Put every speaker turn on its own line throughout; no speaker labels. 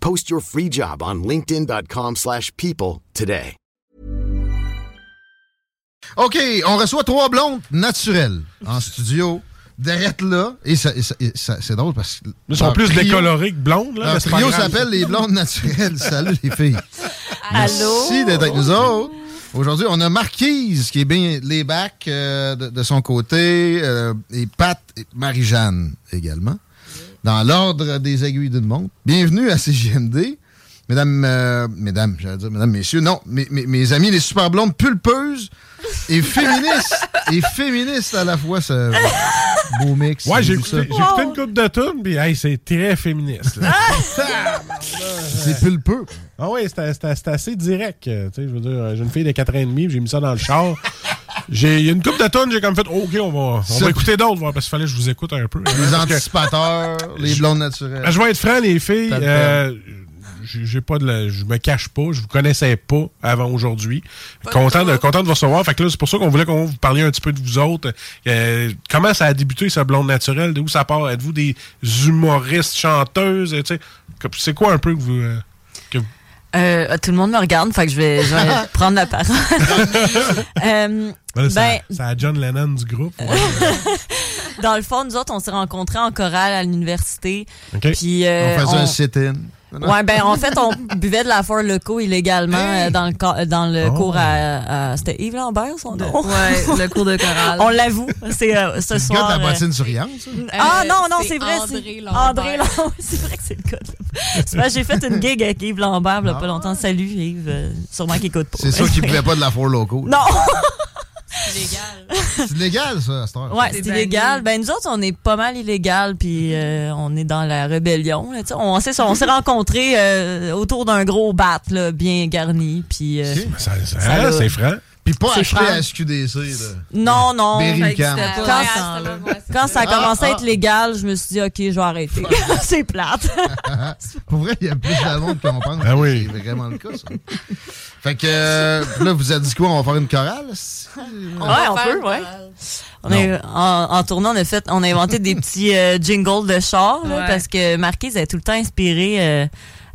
Post your free job on linkedin.com/people slash people today.
OK, on reçoit trois blondes naturelles en studio. D'arrête là. Et, ça, et ça- et ça- c'est drôle parce que.
Ils sont
leur
plus
trio-
décolorés que blondes. Là,
Leur
mais c'est pas
trio
grave.
s'appelle les blondes naturelles. Salut les filles. Merci d'être avec nous autres. Aujourd'hui, on a Marquise qui est bien les bacs euh, de, de son côté euh, et Pat et Marie-Jeanne également. Dans l'ordre des aiguilles d'une montre. Bienvenue à CGMD. Mesdames, euh, mesdames, j'allais dire, mesdames, messieurs, non, mes, mes- mes amis, les super blondes pulpeuses et féministes, et féministes à la fois, ce beau mix.
Ouais, j'ai
tout
écouté, j'ai écouté une coupe de tunes, puis hey, c'est très féministe. là.
Ah! ça. C'est pulpeux.
ah oui, c'était c'était- c'était assez direct. euh, Tu sais, je veux dire, euh, j'ai une fille de 4 ans et demi, puis j'ai mis ça dans le char. J'ai il y a une coupe de tunes, j'ai comme fait, OK, on va, on va
C'est-
écouter d'autres, voir, parce qu'il fallait que je vous écoute un peu.
Les
Parce que-
anticipateurs, les blondes naturelles.
Ben, je vais être franc, les filles.
T'as le
euh, j'ai j'ai pas de la- je me cache pas, je vous connaissais pas avant aujourd'hui. Content de, content de vous recevoir. Fait que là, c'est pour ça qu'on voulait qu'on vous parliez un petit peu de vous autres. Euh, comment ça a débuté ce blonde naturel? D'où ça part? Êtes-vous des humoristes, chanteuses? euh, tu sais? Que- C'est quoi un peu que vous. euh, que vous-
Euh, tout le monde me regarde, fait que je vais, je vais prendre la parole. Euh,
Ben, ça-
Ben-
ça a John Lennon du groupe.
dans le fond, nous autres, on s'est rencontrés en chorale à l'université.
OK.
Puis,
on
euh,
faisait
on-
un sit-in.
Ouais, ben en fait, on buvait de la foire locaux illégalement euh, dans le, co- euh, dans le
Oh.
cours à, à- C'était Yves Lambert, son nom?
Ouais, le cours de chorale.
On l'avoue, c'est euh, ce
Le gars de
soir.
la
euh,
bottine sur Yann, ça.
Ah
Euh,
non, non,
c'est
c'est vrai.
André
c'est-
Lambert.
André Lambert. c'est vrai que c'est le cas. C'est parce que j'ai fait une gig avec Yves Lambert il y a pas longtemps. Salut Yves, euh, sûrement qu'il écoute pas.
Ah. C'est sûr qu'il pouvait pas de la four locaux.
Non!
légal.
C'est illégal, ça, à cette heure.
Ouais,
C'est
c'est
banni.
illégal. Ben nous autres, on est pas mal illégal, puis
Mm-hmm.
euh, on est dans la rébellion. Là, tu sais. on c'est ça, on s'est rencontrés euh, autour d'un gros bat là, bien garni, puis euh,
Si.
Ben, ça- ça-
Ça
hein,
l'a-
c'est franc.
Puis pas
C'est
acheté
franc.
à SQDC, là.
non, non.
Berry
Fait que
Cam.
c'était
Quand
pas- Ouais,
ça-
c'était pas- ouais, c'est
Quand ça a
Ah,
commencé à
ah.
être légal, je me suis dit ok, je vais arrêter. c'est plate.
Pour vrai, il y a plus de monde qu'on pense.
Ah oui.
C'est vraiment le cas, ça. Fait que euh, là, vous avez dit quoi? On va faire une chorale?
On
Ouais,
va
on
faire
peut,
une
ouais.
chorale.
On a- en, en tournant, on a fait, on a inventé des petits euh, jingles de char là,
Ouais.
parce que Marquise est tout le temps inspirée euh,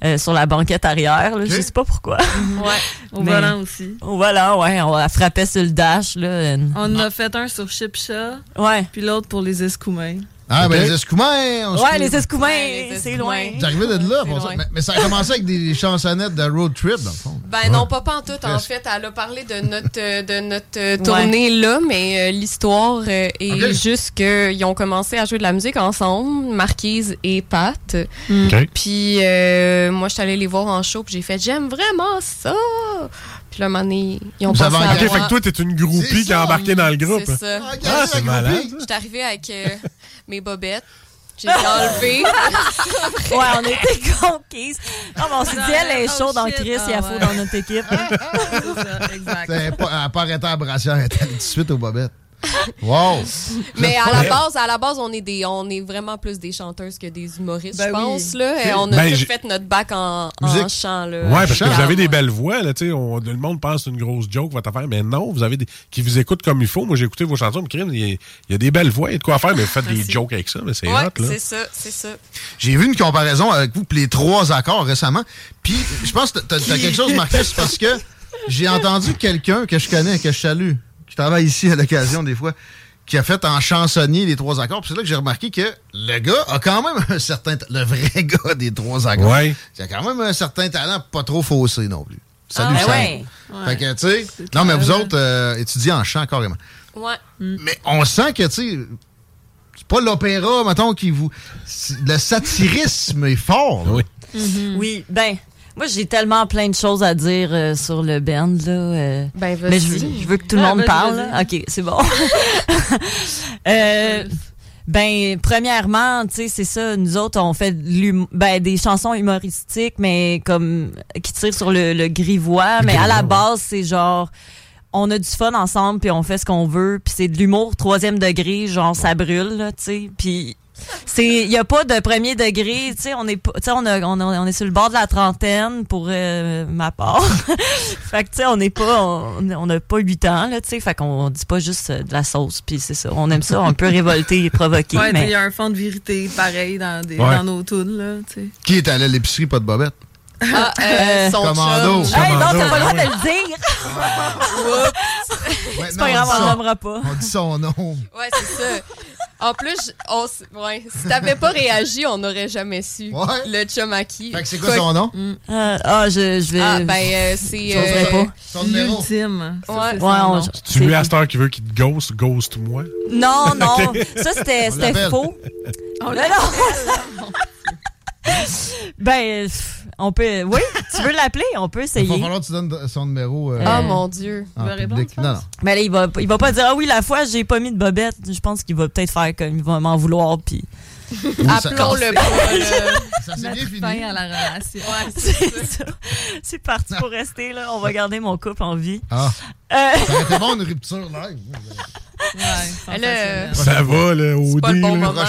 euh, sur la banquette arrière. Là, Je sais pas pourquoi.
Ouais, au
Mais-
volant aussi.
Oh, voilà, ouais, on a frappé sur le dash là. euh,
On en a fait un sur Chipcha,
Ouais.
puis l'autre pour les escoumins.
Ah, ben les escoumins, on se
Ouais,
trouve.
les escoumins,
Ouais, les
c'est
Escoumins.
loin.
Vous arrivez de là,
C'est
pour ça.
loin.
Mais, mais ça a commencé avec des chansonnettes de road trip, dans le fond.
Ben non, pas pantoute. En
Presque.
fait, elle a parlé de notre, euh, de notre euh, tournée là, mais euh, l'histoire euh, est
Ok.
juste qu'ils ont commencé à jouer de la musique ensemble, Marquise et Pat.
OK.
Puis euh, moi, je suis allée les voir en show, puis j'ai fait « J'aime vraiment ça! » Puis là, un moment donné, ils ont
Vous
pensé
avez
à
enquêté,
OK,
moi.
fait que toi, t'es une
C'est
groupie qui
ça,
a embarqué dans le groupe.
C'est ça.
Ah, c'est malade.
Je suis arrivée avec euh, mes bobettes. J'ai enlevé.
Ouais, on était conquises. Non, mais on s'est dit, elle est
Oh,
chaude en
shit.
Chris, il y
Ah, ouais.
a faux dans notre équipe.
exact.
Elle n'a pas arrêté à la brassière, elle est allée tout de suite aux bobettes. Wow!
Mais à la base, à la base, on est des, on est vraiment plus des chanteuses que des humoristes,
Ben
je
oui.
pense là. Et on a
Ben,
tous
j'ai-
fait notre bac en, en
Musique.
chant là.
Ouais, parce que vous
Regarde,
avez des
ouais.
belles voix, là, tu sais, on- le monde pense que c'est une grosse joke, votre affaire, mais non, vous avez des, qui vous écoutent comme il faut. Moi, j'ai écouté vos chansons, mais crime, il y, a- il y a des belles voix, il y a de quoi faire, mais vous faites des jokes avec ça, mais c'est
Ouais,
hot, là.
c'est ça, c'est ça.
J'ai vu une comparaison avec vous, pis les trois accords récemment. Puis, je pense que t'as t'as quelque chose, Marcus, parce que j'ai entendu quelqu'un que je connais, que je salue, qui travaille ici à l'occasion des fois, qui a fait en chansonnier les trois accords. Puis c'est là que j'ai remarqué que le gars a quand même un certain... ta- Le vrai gars des trois accords.
Ouais.
Il a quand même un certain talent pas trop faussé non plus. Salut,
Ah,
Sam.
ouais.
Fait que, tu sais... Non, mais vous autres, euh, étudiez en chant carrément.
Ouais.
Mais on sent que, tu sais, c'est pas l'opéra, mettons, qui vous. c'est- Le satirisme est fort. là.
Oui.
Mm.
Oui, ben, moi, j'ai tellement plein de choses à dire euh, sur le band, là. euh,
Ben, vas-y.
mais je, veux- je veux que tout le
Ah,
monde
vas-y,
parle.
vas-y.
là. OK, c'est bon. Euh, ben, premièrement, tu sais, c'est ça, nous autres, on fait de l'hum- ben, des chansons humoristiques, mais comme, qui tirent sur le, le grivois, mais à la base, c'est genre, on a du fun ensemble, puis on fait ce qu'on veut, puis c'est de l'humour troisième degré, genre, ça brûle, là, tu sais, puis c'est il y a pas de premier degré tu sais on est pas- tu sais on, a- on, a- on est sur le bord de la trentaine pour euh, ma part fait que tu sais on n'est pas on on n'a pas 8 ans là tu sais fait qu'on on dit pas juste euh, de la sauce puis c'est ça on aime ça on peut révolter et provoquer
Ouais, il
mais
y a un fond de vérité pareil dans, des,
Ouais.
dans nos tunes, là, tu
Qui est allé à l'épicerie, pas de bobette?
Ah, euh, son
Commando.
chum.
hey non
Commando,
t'as pas le droit
ouais.
de le dire
Ouais,
c'est
non,
pas grave on
on, dit
nommera pas
son, on dit son nom.
Ouais, c'est ça. En plus, on, s- ouais, si t'avais pas réagi, on n'aurait jamais su
Ouais.
le chum à qui.
Fait que c'est quoi son nom?
Euh, ah je je vais
Ah ben euh, c'est.
j'oserais
euh,
pas.
Son
sais.
numéro.
L'ultime. Ça,
Ouais.
c'est son
Ouais, on-
nom.
Tu lui, à cette heure qui veut qu'il te ghost, ghost-moi.
non non ça c'était c'était
l'appelle.
faux
On
Non, non. ben pff, on peut oui tu veux l'appeler on peut
Il va
essayer
falloir que tu donnes son numéro. euh,
Ah,
Oh mon dieu.
en
veux
public.
répondre, tu
Non, non.
penses?
Mais là, il va, il va pas dire, ah oui, la fois, j'ai pas mis de bobette. Je pense qu'il va peut-être faire comme, il va m'en vouloir, puis.
ça-
Appelons le bras.
Ça s'est bien
Mettre
fini.
fin à la relation.
C'est ça. C'est parti pour rester, là. On va garder mon couple en vie.
Ah,
Euh,
ça aurait été bon une rupture live.
Ouais,
Elle,
sensationnel.
euh,
Ça va, là, au
C'est pas le
dé,
bon
là.
moment.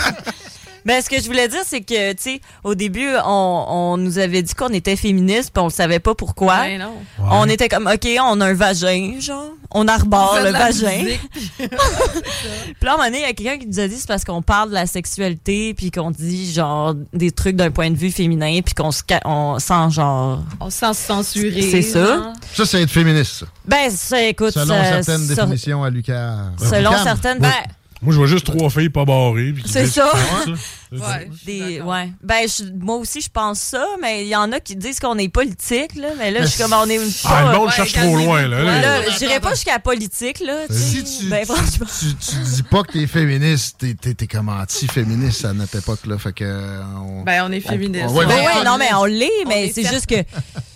ben, ce que je voulais dire, c'est que, tu sais, au début, on, on nous avait dit qu'on était féministes, puis on le savait pas pourquoi.
Ben non.
On était comme, OK, on a un vagin, genre. On arbore
On fait
le
de la
vagin.
musique,
puis là, à un moment donné, il y a quelqu'un qui nous a dit, c'est parce qu'on parle de la sexualité, puis qu'on dit, genre, des trucs d'un point de vue féminin, puis qu'on se, ca- on sent, genre,
On se sent censuré.
C'est ça.
genre.
Ça, c'est être féministe. ça.
Ben, ça, écoute,
Selon
ça-
certaines
ça-
définitions à Lucas.
Selon
Lucam.
certaines.
Ouais.
Ben,
Moi, je vois juste trois filles pas barrées. puis qui
C'est
disent-
ça.
C'est ça.
Ouais. je suis
des,
d'accord.
ouais. Ben, je- moi aussi, je pense ça, mais il y en a qui disent qu'on est politique, là. Mais là, je suis comme, on est une.
Ah, le monde
Ouais,
cherche
quand
trop
il-
loin, là. là.
Là, là, j'irais pas jusqu'à la politique, là. tu
Si
sais.
tu,
ben,
tu,
franchement.
tu- tu dis pas que t'es féministe, t'es, t'es, t'es comme anti-féministe à notre époque-là. Fait que. euh, on-
Ben, on est féministe.
on- ouais,
Ben
mais-
ouais, non, mais on l'est,
On
mais
est
c'est juste que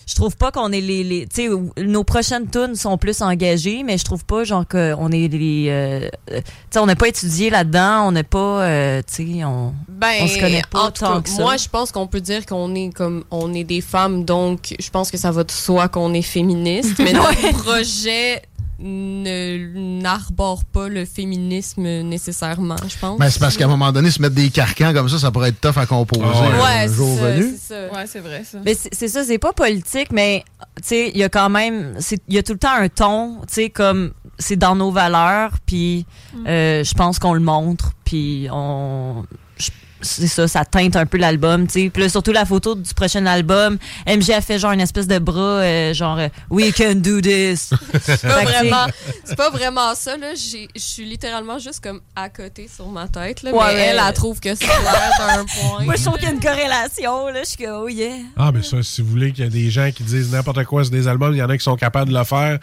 je trouve pas qu'on est les. les tu sais, nos prochaines tunes sont plus engagées, mais je trouve pas, genre, qu'on est les. euh, euh, tu sais, on n'a pas étudié là-dedans, on n'a pas. euh, tu sais, on.
Ben,
On se connaît pas
en tout
tant
cas,
que ça.
Moi, je pense qu'on peut dire qu'on est comme on est des femmes, donc je pense que ça va de soi qu'on est féministe. Mais notre projet ne n'arbore pas le féminisme nécessairement, je pense.
Mais c'est parce qu'à un moment donné, se mettre des carcans comme ça, ça pourrait être tough à composer euh,
Ah ouais.
un
ouais, c'est
jour
ça,
venu.
c'est ça.
Ouais, c'est vrai, ça.
Mais c'est c'est ça, c'est pas politique, mais tu sais, il y a quand même, c'est- il y a tout le temps un ton, tu sais, comme c'est dans nos valeurs, puis euh, je pense qu'on le montre, puis on, je- c'est ça, ça teinte un peu l'album, tu sais. Puis là, surtout la photo du prochain album, MJ a fait genre une espèce de bras, euh, genre euh, We can do this.
C'est pas
Fait que, tu sais,
vraiment, c'est pas vraiment ça, là. J'ai- Je suis littéralement juste comme à côté sur ma tête, là.
Ouais,
mais
mais-
elle, elle, trouve que c'est clair d'un point.
Moi, je trouve qu'il y a une corrélation, là. Je suis comme, oh yeah.
Ah, ben ça, si vous voulez qu'il y a des gens qui disent n'importe quoi sur des albums, il y en a qui sont capables de le faire.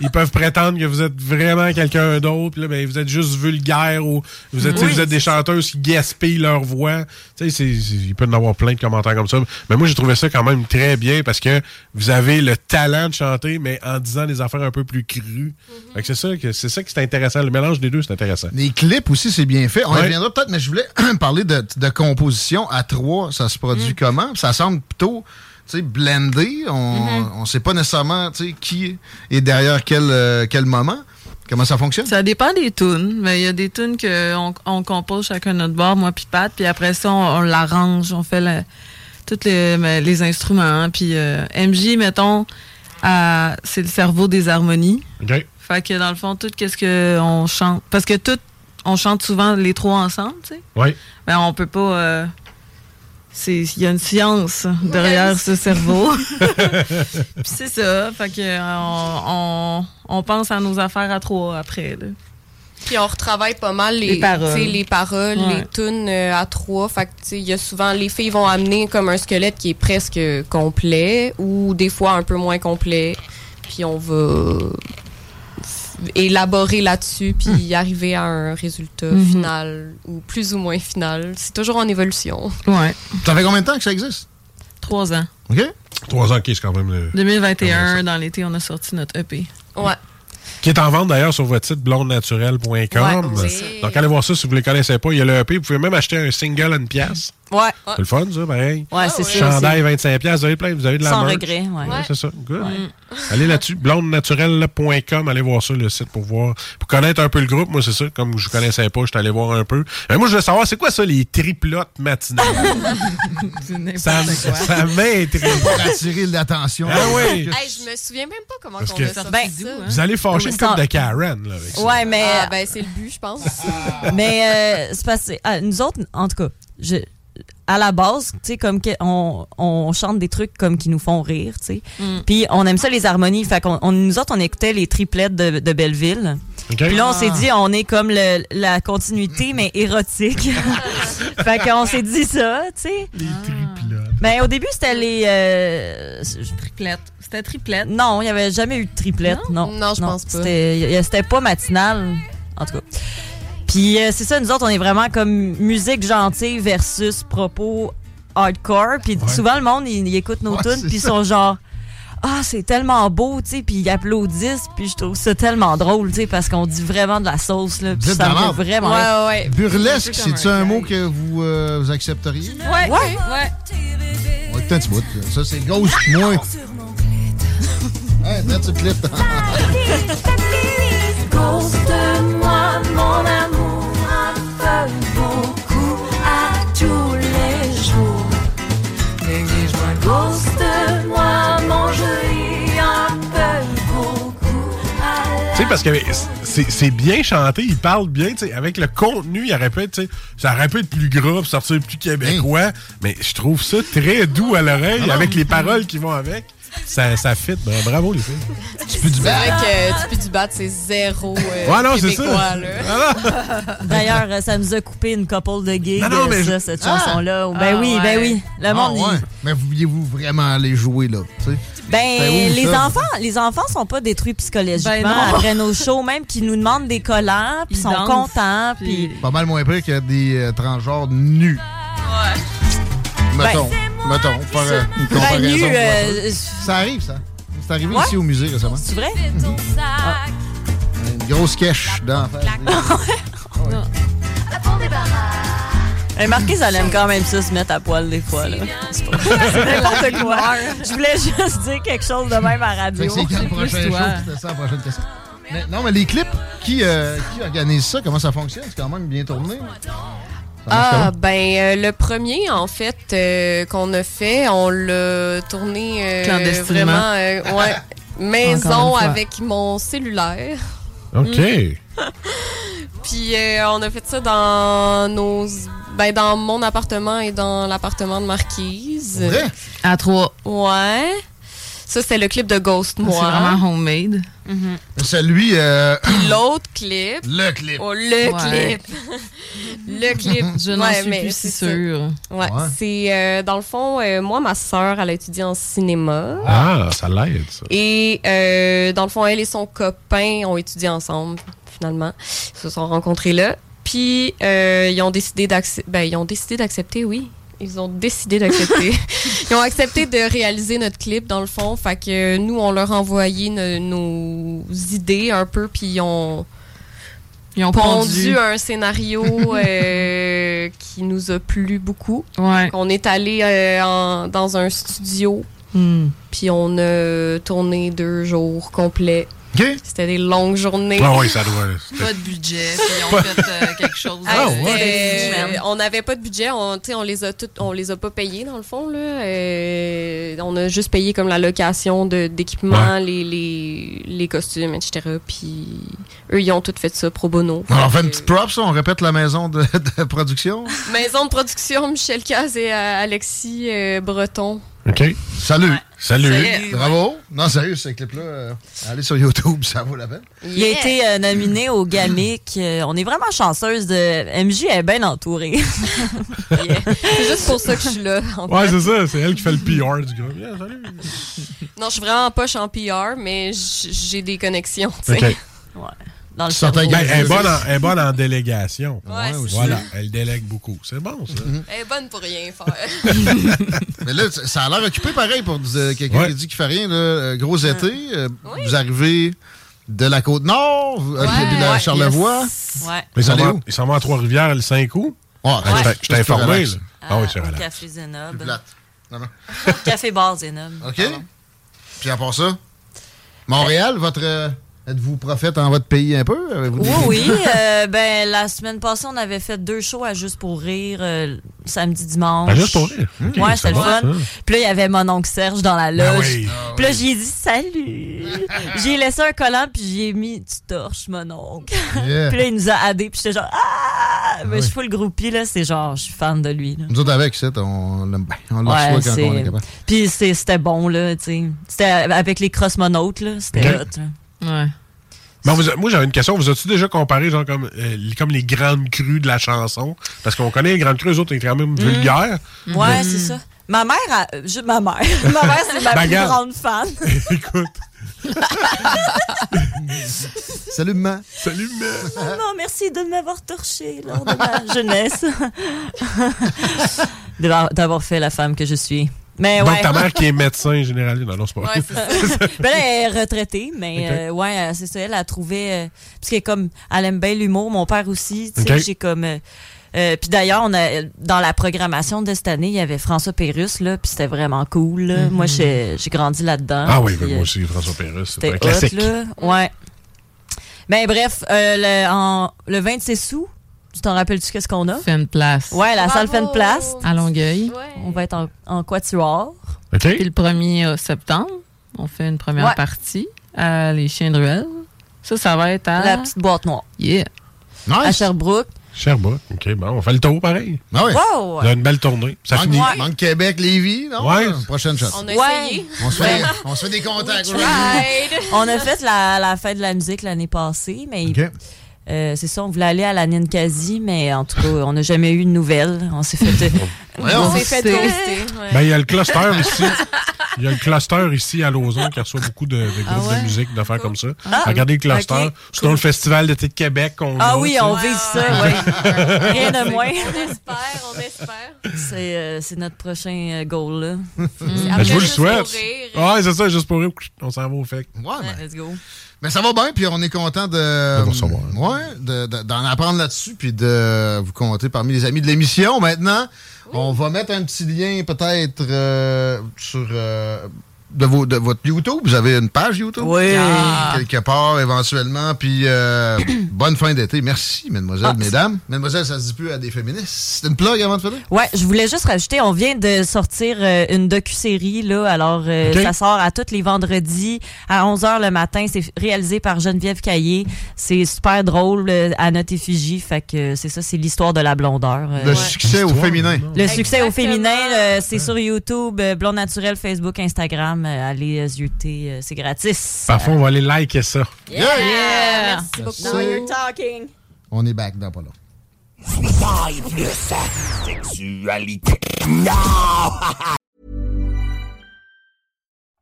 Ils peuvent prétendre que vous êtes vraiment quelqu'un d'autre, puis là, ben, vous êtes juste vulgaire ou vous êtes, tu sais, vous êtes des chanteuses qui gaspillent leur voix. Tu sais, c'est- c'est- il peut y en avoir plein de commentaires comme ça. Mais moi, j'ai trouvé ça quand même très bien parce que vous avez le talent de chanter, mais en disant des affaires un peu plus crues. Fait que c'est ça, que c'est ça qui est intéressant. Le mélange des deux, c'est intéressant.
Les clips aussi, c'est bien fait. On y
Ouais.
reviendra peut-être, mais je voulais parler de, de composition à trois. Ça se produit comment? Ça semble plutôt tu sais, blendé. On ne sait pas nécessairement tu sais, qui est derrière quel, euh, quel moment. Comment ça fonctionne?
Ça dépend des tunes, mais il y a des tunes que on, on compose chacun de notre bord, moi puis Pat, puis après ça on, on l'arrange, on fait la- tous les, mais les instruments, hein, puis euh, MJ mettons, à- c'est le cerveau des harmonies.
OK?
Fait que dans le fond tout qu'est-ce que on chante, parce que tout on chante souvent les trois ensemble, tu sais.
Oui.
Mais on peut pas. euh, c'est il y a une science derrière ce cerveau. Puis c'est ça, fait que euh, on, on- on pense à nos affaires à trois après. là.
Puis on retravaille pas mal les,
Les paroles.
tu sais, les, paroles,
Ouais.
les tunes euh, à trois. Fait que, tu sais, il y a souvent, les filles vont amener comme un squelette qui est presque complet ou des fois un peu moins complet. Puis on va élaborer là-dessus puis
Hmm.
arriver à un résultat final ou plus ou moins final. C'est toujours en évolution.
Ouais,
Ça fait combien de temps que ça existe?
trois ans.
OK?
Trois ans, OK, c'est quand même... euh,
2021, dans l'été, on a sorti notre E EP.
Ouais.
qui est en vente d'ailleurs sur votre site blondenaturelle.com.
Ouais, c'est-
Donc allez voir ça si vous ne les connaissez pas. Il y a le EP. Vous pouvez même acheter un single à une pièce.
Ouais.
C'est le fun, ça, pareil.
Ouais, c'est
Ah ouais.
sûr.
Chandail, 25 pièces. Vous avez plein. Vous avez de la
Sans
merch.
regret, ouais.
Ouais, c'est ça. Good. Mm. Allez là-dessus, blondenaturelle.com. Allez voir ça, le site, pour voir, pour connaître un peu le groupe. Moi, c'est ça. Comme je ne connaissais pas, je suis allé voir un peu. Mais moi, je veux savoir, c'est quoi ça, les triplotes matinales? ça me- ça m'intrigue.
Pour attirer l'attention.
Ah oui.
Hey, je me souviens même pas comment
Parce
on
que-
a sorti
Ben,
ça.
Vous allez fâcher une
Ça-
couple de Karen, là, avec ça.
Ouais, mais,
Ah, ben, c'est le but, je pense.
mais euh, c'est parce que ah, nous autres, en tout cas, je, à la base, tu sais, comme que- on, on chante des trucs comme qui nous font rire, tu sais.
Mm.
Puis on aime ça les harmonies. Fait qu'on, on- nous autres, on écoutait les triplettes de, de Belleville.
OK?
Puis là, on
Ah.
s'est dit, on est comme le- la continuité, mais érotique. fait qu'on s'est dit ça, tu sais.
Les triplotes.
Mais Ben, au début, c'était les. euh, je-
Triplette. C'était triplette.
non, il n'y avait jamais eu de triplette. Non,
Non, je pense pas.
C'était y- y- c'était pas matinal, en tout cas. Puis euh, c'est ça, nous autres, on est vraiment comme musique gentille versus propos hardcore. Puis
Ouais.
souvent, le monde, il, il écoute nos
Ouais,
tunes,
c'est
puis ils
ça.
sont genre. Ah, c'est tellement beau, tu sais, puis ils applaudissent, puis je trouve ça tellement drôle, tu sais, parce qu'on dit vraiment de la sauce, là, puis
Vous êtes
ça me
de la
fait
merde.
vraiment... rire.
Ouais, ouais.
Burlesque,
Un peu comme
c'est-tu
un
un
gag.
mot que vous, euh, vous accepteriez?
Ouais, ouais.
On va écouter un petit bout. Ça, c'est Ghost, moi. Hey, mets tu clip.
Cause-moi mon amour un peu beaucoup à tous les jours. Néglige-moi, cause-moi mon joli un peu beaucoup à
Tu sais, parce que c'est c'est bien chanté, il parle bien, tu sais, avec le contenu, il aurait pu être, tu sais, ça aurait pu être plus gras, puis sortir plus québécois, mais je trouve ça très doux à l'oreille, avec les paroles qui vont avec. Ça, ça fit, Ben, bravo les filles.
C'est vrai que tu peux du battre, c'est zéro. euh,
Ouais, non, c'est
québécois,
ça. Ah,
là.
D'ailleurs, euh, ça nous a coupé une couple de gigs,
Non, non, mais
euh, ça,
je-
cette chanson-là. Ben
Ah,
oui,
ouais.
ben oui, le
Ah,
monde, il-
ouais. Mais vouliez-vous vraiment aller jouer, là? tu sais? Ben
Ben,
oui,
les
ça.
enfants, les enfants sont pas détruits psychologiquement
Ben non.
après nos shows, même qu'ils nous demandent des collants, puis
Ils
sont
dansent,
contents,
Puis
puis
Pas mal moins pire que des euh, transgenres nus. Ouais. Mettons, mettons, pour faire euh, une
Ben,
comparaison.
nu,
pour voir ça.
euh,
Ça arrive, ça. C'est arrivé
Ouais.
ici au musée récemment.
c'est vrai?
ton sac.
Une grosse cache d'en face.
Euh, Marquise, elle aime quand même ça se mettre à poil des fois, là. C'est pas- c'est n'importe quoi. Je voulais juste dire quelque chose de même à la
Fait
radio.
que c'est quand le prochain
plus
show?
toi.
C'était ça la prochaine question. Mais, non, mais les clips, qui, euh, qui organise ça? Comment ça fonctionne? C'est quand même bien tourné.
Ah, ben, euh, le premier, en fait, euh, qu'on a fait, on l'a tourné euh,
Clandestinement.
Vraiment, euh, ouais, maison
Encore une fois.
avec mon cellulaire.
OK.
Puis euh, on a fait ça dans nos Ben, dans mon appartement et dans l'appartement de Marquise.
Vrai?
À trois.
Ouais. Ça, c'était le clip de Ghost,
Ah, C'est
moi.
vraiment homemade.
Celui, euh,
Puis l'autre clip.
le clip.
Oh, le
Ouais.
clip. le clip.
Je n'en
Ouais,
suis
mais
plus si
c'est
sûre.
ça. Ouais.
Ouais.
C'est, euh, dans le fond, euh, moi, ma sœur, elle a étudié en cinéma.
Ah, ça l'aide, ça.
Et euh, dans le fond, elle et son copain ont étudié ensemble, finalement. Ils se sont rencontrés là. Puis, euh, ils ont décidé d'accepter. Ben, ils ont décidé d'accepter, oui. Ils ont décidé d'accepter. ils ont accepté de réaliser notre clip, dans le fond. Fait que euh, nous, on leur a envoyé no- nos idées un peu, puis ils ont
Ils ont pondu.
pondu un scénario euh, qui nous a plu beaucoup.
Ouais.
On est allé euh, en- dans un studio
Hmm.
puis on a tourné deux jours complets.
OK?
C'était des longues journées.
Ah oui, ça doit. c'était-
Pas de budget. puis Ils ont fait euh, quelque chose.
Ah,
Ah,
euh,
ouais.
c'était- on n'avait pas de budget, on, tu sais, on les a toutes- on les a pas payés dans le fond là. Euh, on a juste payé comme la location de- d'équipement, les, les, les costumes, etc. Puis eux ils ont tout fait ça pro bono. Euh,
On leur fait
Fait
une
que-
petite props, on répète la maison de, de production.
Maison de production Michel Caz et euh, Alexis euh, Breton.
Ah, OK.
Salut.
Salut.
Bravo. Non, sérieux, ce clip-là, euh, allez sur YouTube, ça vaut la peine.
Il a été euh, nominé au GAMIC. Euh, on est vraiment chanceuse de. MJ est bien entourée.
C'est juste pour ça que je suis là. en
Ouais, c'est ça. C'est elle qui fait le PR du gars. Yeah, salut.
Non, je suis vraiment pas en PR, mais j- j'ai des connexions, tu sais.
OK.
Dans le
Certains
cerveau.
Ben, elle, est bonne en, elle est bonne en délégation.
Ouais, c'est ça.
Voilà, elle délègue beaucoup. C'est bon, ça.
Mhm.
Elle est bonne pour rien faire.
Mais là, ça ça a l'air occupé pareil pour euh, quelqu'un
Ouais.
qui dit qu'il fait rien. là. Euh, Gros été, euh, vous arrivez de la Côte-Nord, vous- euh, puis de la
Ouais,
Charlevoix.
yes. Ouais.
Mais ils s'en
Allez
vont-
où?
ils s'en vont à Trois-Rivières le 5 août.
Ah,
Je t'ai-
ça,
Je t'ai
c'est plus
informé.
relax.
Là. Ah oui, c'est
au
relax.
Café Zénob.
Plate. Non, non.
Café Bar Zénob.
OK? Puis à part ça, Montréal, votre. euh, Êtes-vous prophète en votre pays un peu? Avez-vous des-
Oui, oui. euh, ben, la semaine passée, on avait fait deux shows à Juste pour rire, euh, samedi, dimanche.
Ah, juste pour rire. OK,
ouais,
c'est
c'était le
bon,
fun.
ça.
Puis là, il y avait mon oncle Serge dans la
Ben
loge.
oui.
Puis là, j'ai dit salut. j'ai laissé un collant, puis j'ai mis tu torches, mon oncle.
Yeah.
puis là, il nous a adé, puis j'étais genre ah! Mais je suis full groupie, là. C'est genre, je suis fan de lui, là.
Nous autres avec, c'est, on l'aime bien. On le
Ouais,
reçoit quand on est
c'est.
capable.
Puis c'est- c'était bon, là, tu sais. C'était avec les crossmonautes, là. C'était
Ok.
hot, là.
Ouais.
Bon, vous a- moi, j'avais une question. Vous as-tu déjà comparé, genre, comme, euh, les- comme les grandes crues de la chanson? Parce qu'on connaît les grandes crues, eux autres, ils étaient quand même vulgaires.
Ouais, c'est ça. Ma mère, a- je- ma mère, ma mère, c'est ma
Ben,
plus
regarde.
grande fan.
Écoute,
Salut, maman.
salut, Ben. mais...
Oh non, merci de m'avoir torché lors de ma jeunesse. De la- D'avoir fait la femme que je suis. Mais
Donc,
ouais.
ta mère qui est médecin généraliste. Non, non, c'est pas vrai.
Ben, là, elle est retraitée, mais
Ok.
euh, ouais, euh, c'est ça. Elle a trouvé. euh, parce qu'elle est comme, elle aime bien l'humour. Mon père aussi. Tu sais,
Ok.
j'ai comme. euh, euh, puis d'ailleurs, on a dans la programmation de cette année, il y avait François Pérus là, puis c'était vraiment cool. là. Moi, j'ai j'ai grandi là-dedans.
Mhm. Ah oui,
puis,
ben,
euh,
moi aussi, François Pérus, c'est
C'était
un
hot,
classique.
là. Ouais. Mais bref, euh, le, en- le 26 août, tu t'en rappelles-tu qu'est-ce qu'on a?
Fait une place.
Ouais, la salle fait une
Bravo!
place.
À Longueuil.
Ouais.
On va être en, en quatuor.
OK?
Puis le 1er septembre, on fait une première
Ouais.
partie à Les Chiens de Ruelle. Ça, ça va être à.
Hein?
La petite boîte noire.
Yeah.
À
Ah,
Nice.
Sherbrooke.
Sherbrooke. OK, bon, on fait le tour pareil.
Ah ouais.
On
Wow!
a une belle tournée. Ça
Manque,
finit.
manque Québec, Lévis, non?
Ouais.
Prochaine shot.
On a
Ouais.
essayé.
On se fait, on se fait des contacts.
Tried.
On a fait la, la fête de la musique l'année passée, mais
OK.
euh, c'est ça, on voulait aller à la Ninkasi, mais en tout cas, on n'a jamais eu de nouvelles. On s'est fait. euh,
On
Voyons.
s'est fait
sait.
toaster. ouais.
Ben, il y a le cluster ici. Il y a le cluster ici à Lauson qui reçoit beaucoup de, de groupes
Ah
de musique, d'affaires comme ça. Ah. Regardez le cluster.
ok,
C'est dans le festival d'été de Québec qu'on
ah
a,
oui,
tu sais.
on vise ça, oui. Rien de moins.
On espère, on espère.
C'est euh, c'est notre prochain euh, goal, là.
Ben,
Après,
je vous le
juste pour
souhaite.
rire.
Ah, c'est ça, juste pour rire. On s'en va au fait.
Ouais, mais,
Let's go.
mais ça va bien, puis on est content de.
De vous recevoir.
Ouais, de- de- d'en apprendre là-dessus, puis de vous compter parmi les amis de l'émission. Maintenant, on va mettre un petit lien peut-être euh, sur. euh, de, vos- de votre YouTube? Vous avez une page YouTube?
Oui. Ah.
Quelque part, éventuellement. Puis, euh, bonne fin d'été. Merci, mesdemoiselles,
Ah,
mesdames. Mesdemoiselles, ça se dit plus à des féministes. C'est une plug avant de finir?
Ouais, je voulais juste rajouter, on vient de sortir euh, une docu-série, là. Alors, euh,
Ok.
ça sort à tous les vendredis à 11h le matin. C'est réalisé par Geneviève Caillé. C'est super drôle euh, à notre effigie. Fait que euh, c'est ça, c'est l'histoire de la blondeur. euh.
Le succès au féminin.
Le succès au
Exactement.
féminin, euh, c'est sur YouTube, euh, Blond Naturel, Facebook, Instagram. Euh, allez euh, zioter, euh, c'est gratis.
Parfois, on va aller liker ça.
Yeah!
Yeah! Ah,
Merci.
Merci beaucoup.
talking.
On est back dans pas long.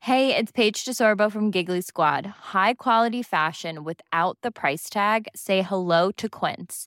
Hey, it's Paige DeSorbo from Giggly Squad. High quality fashion without the price tag. Say hello to Quince.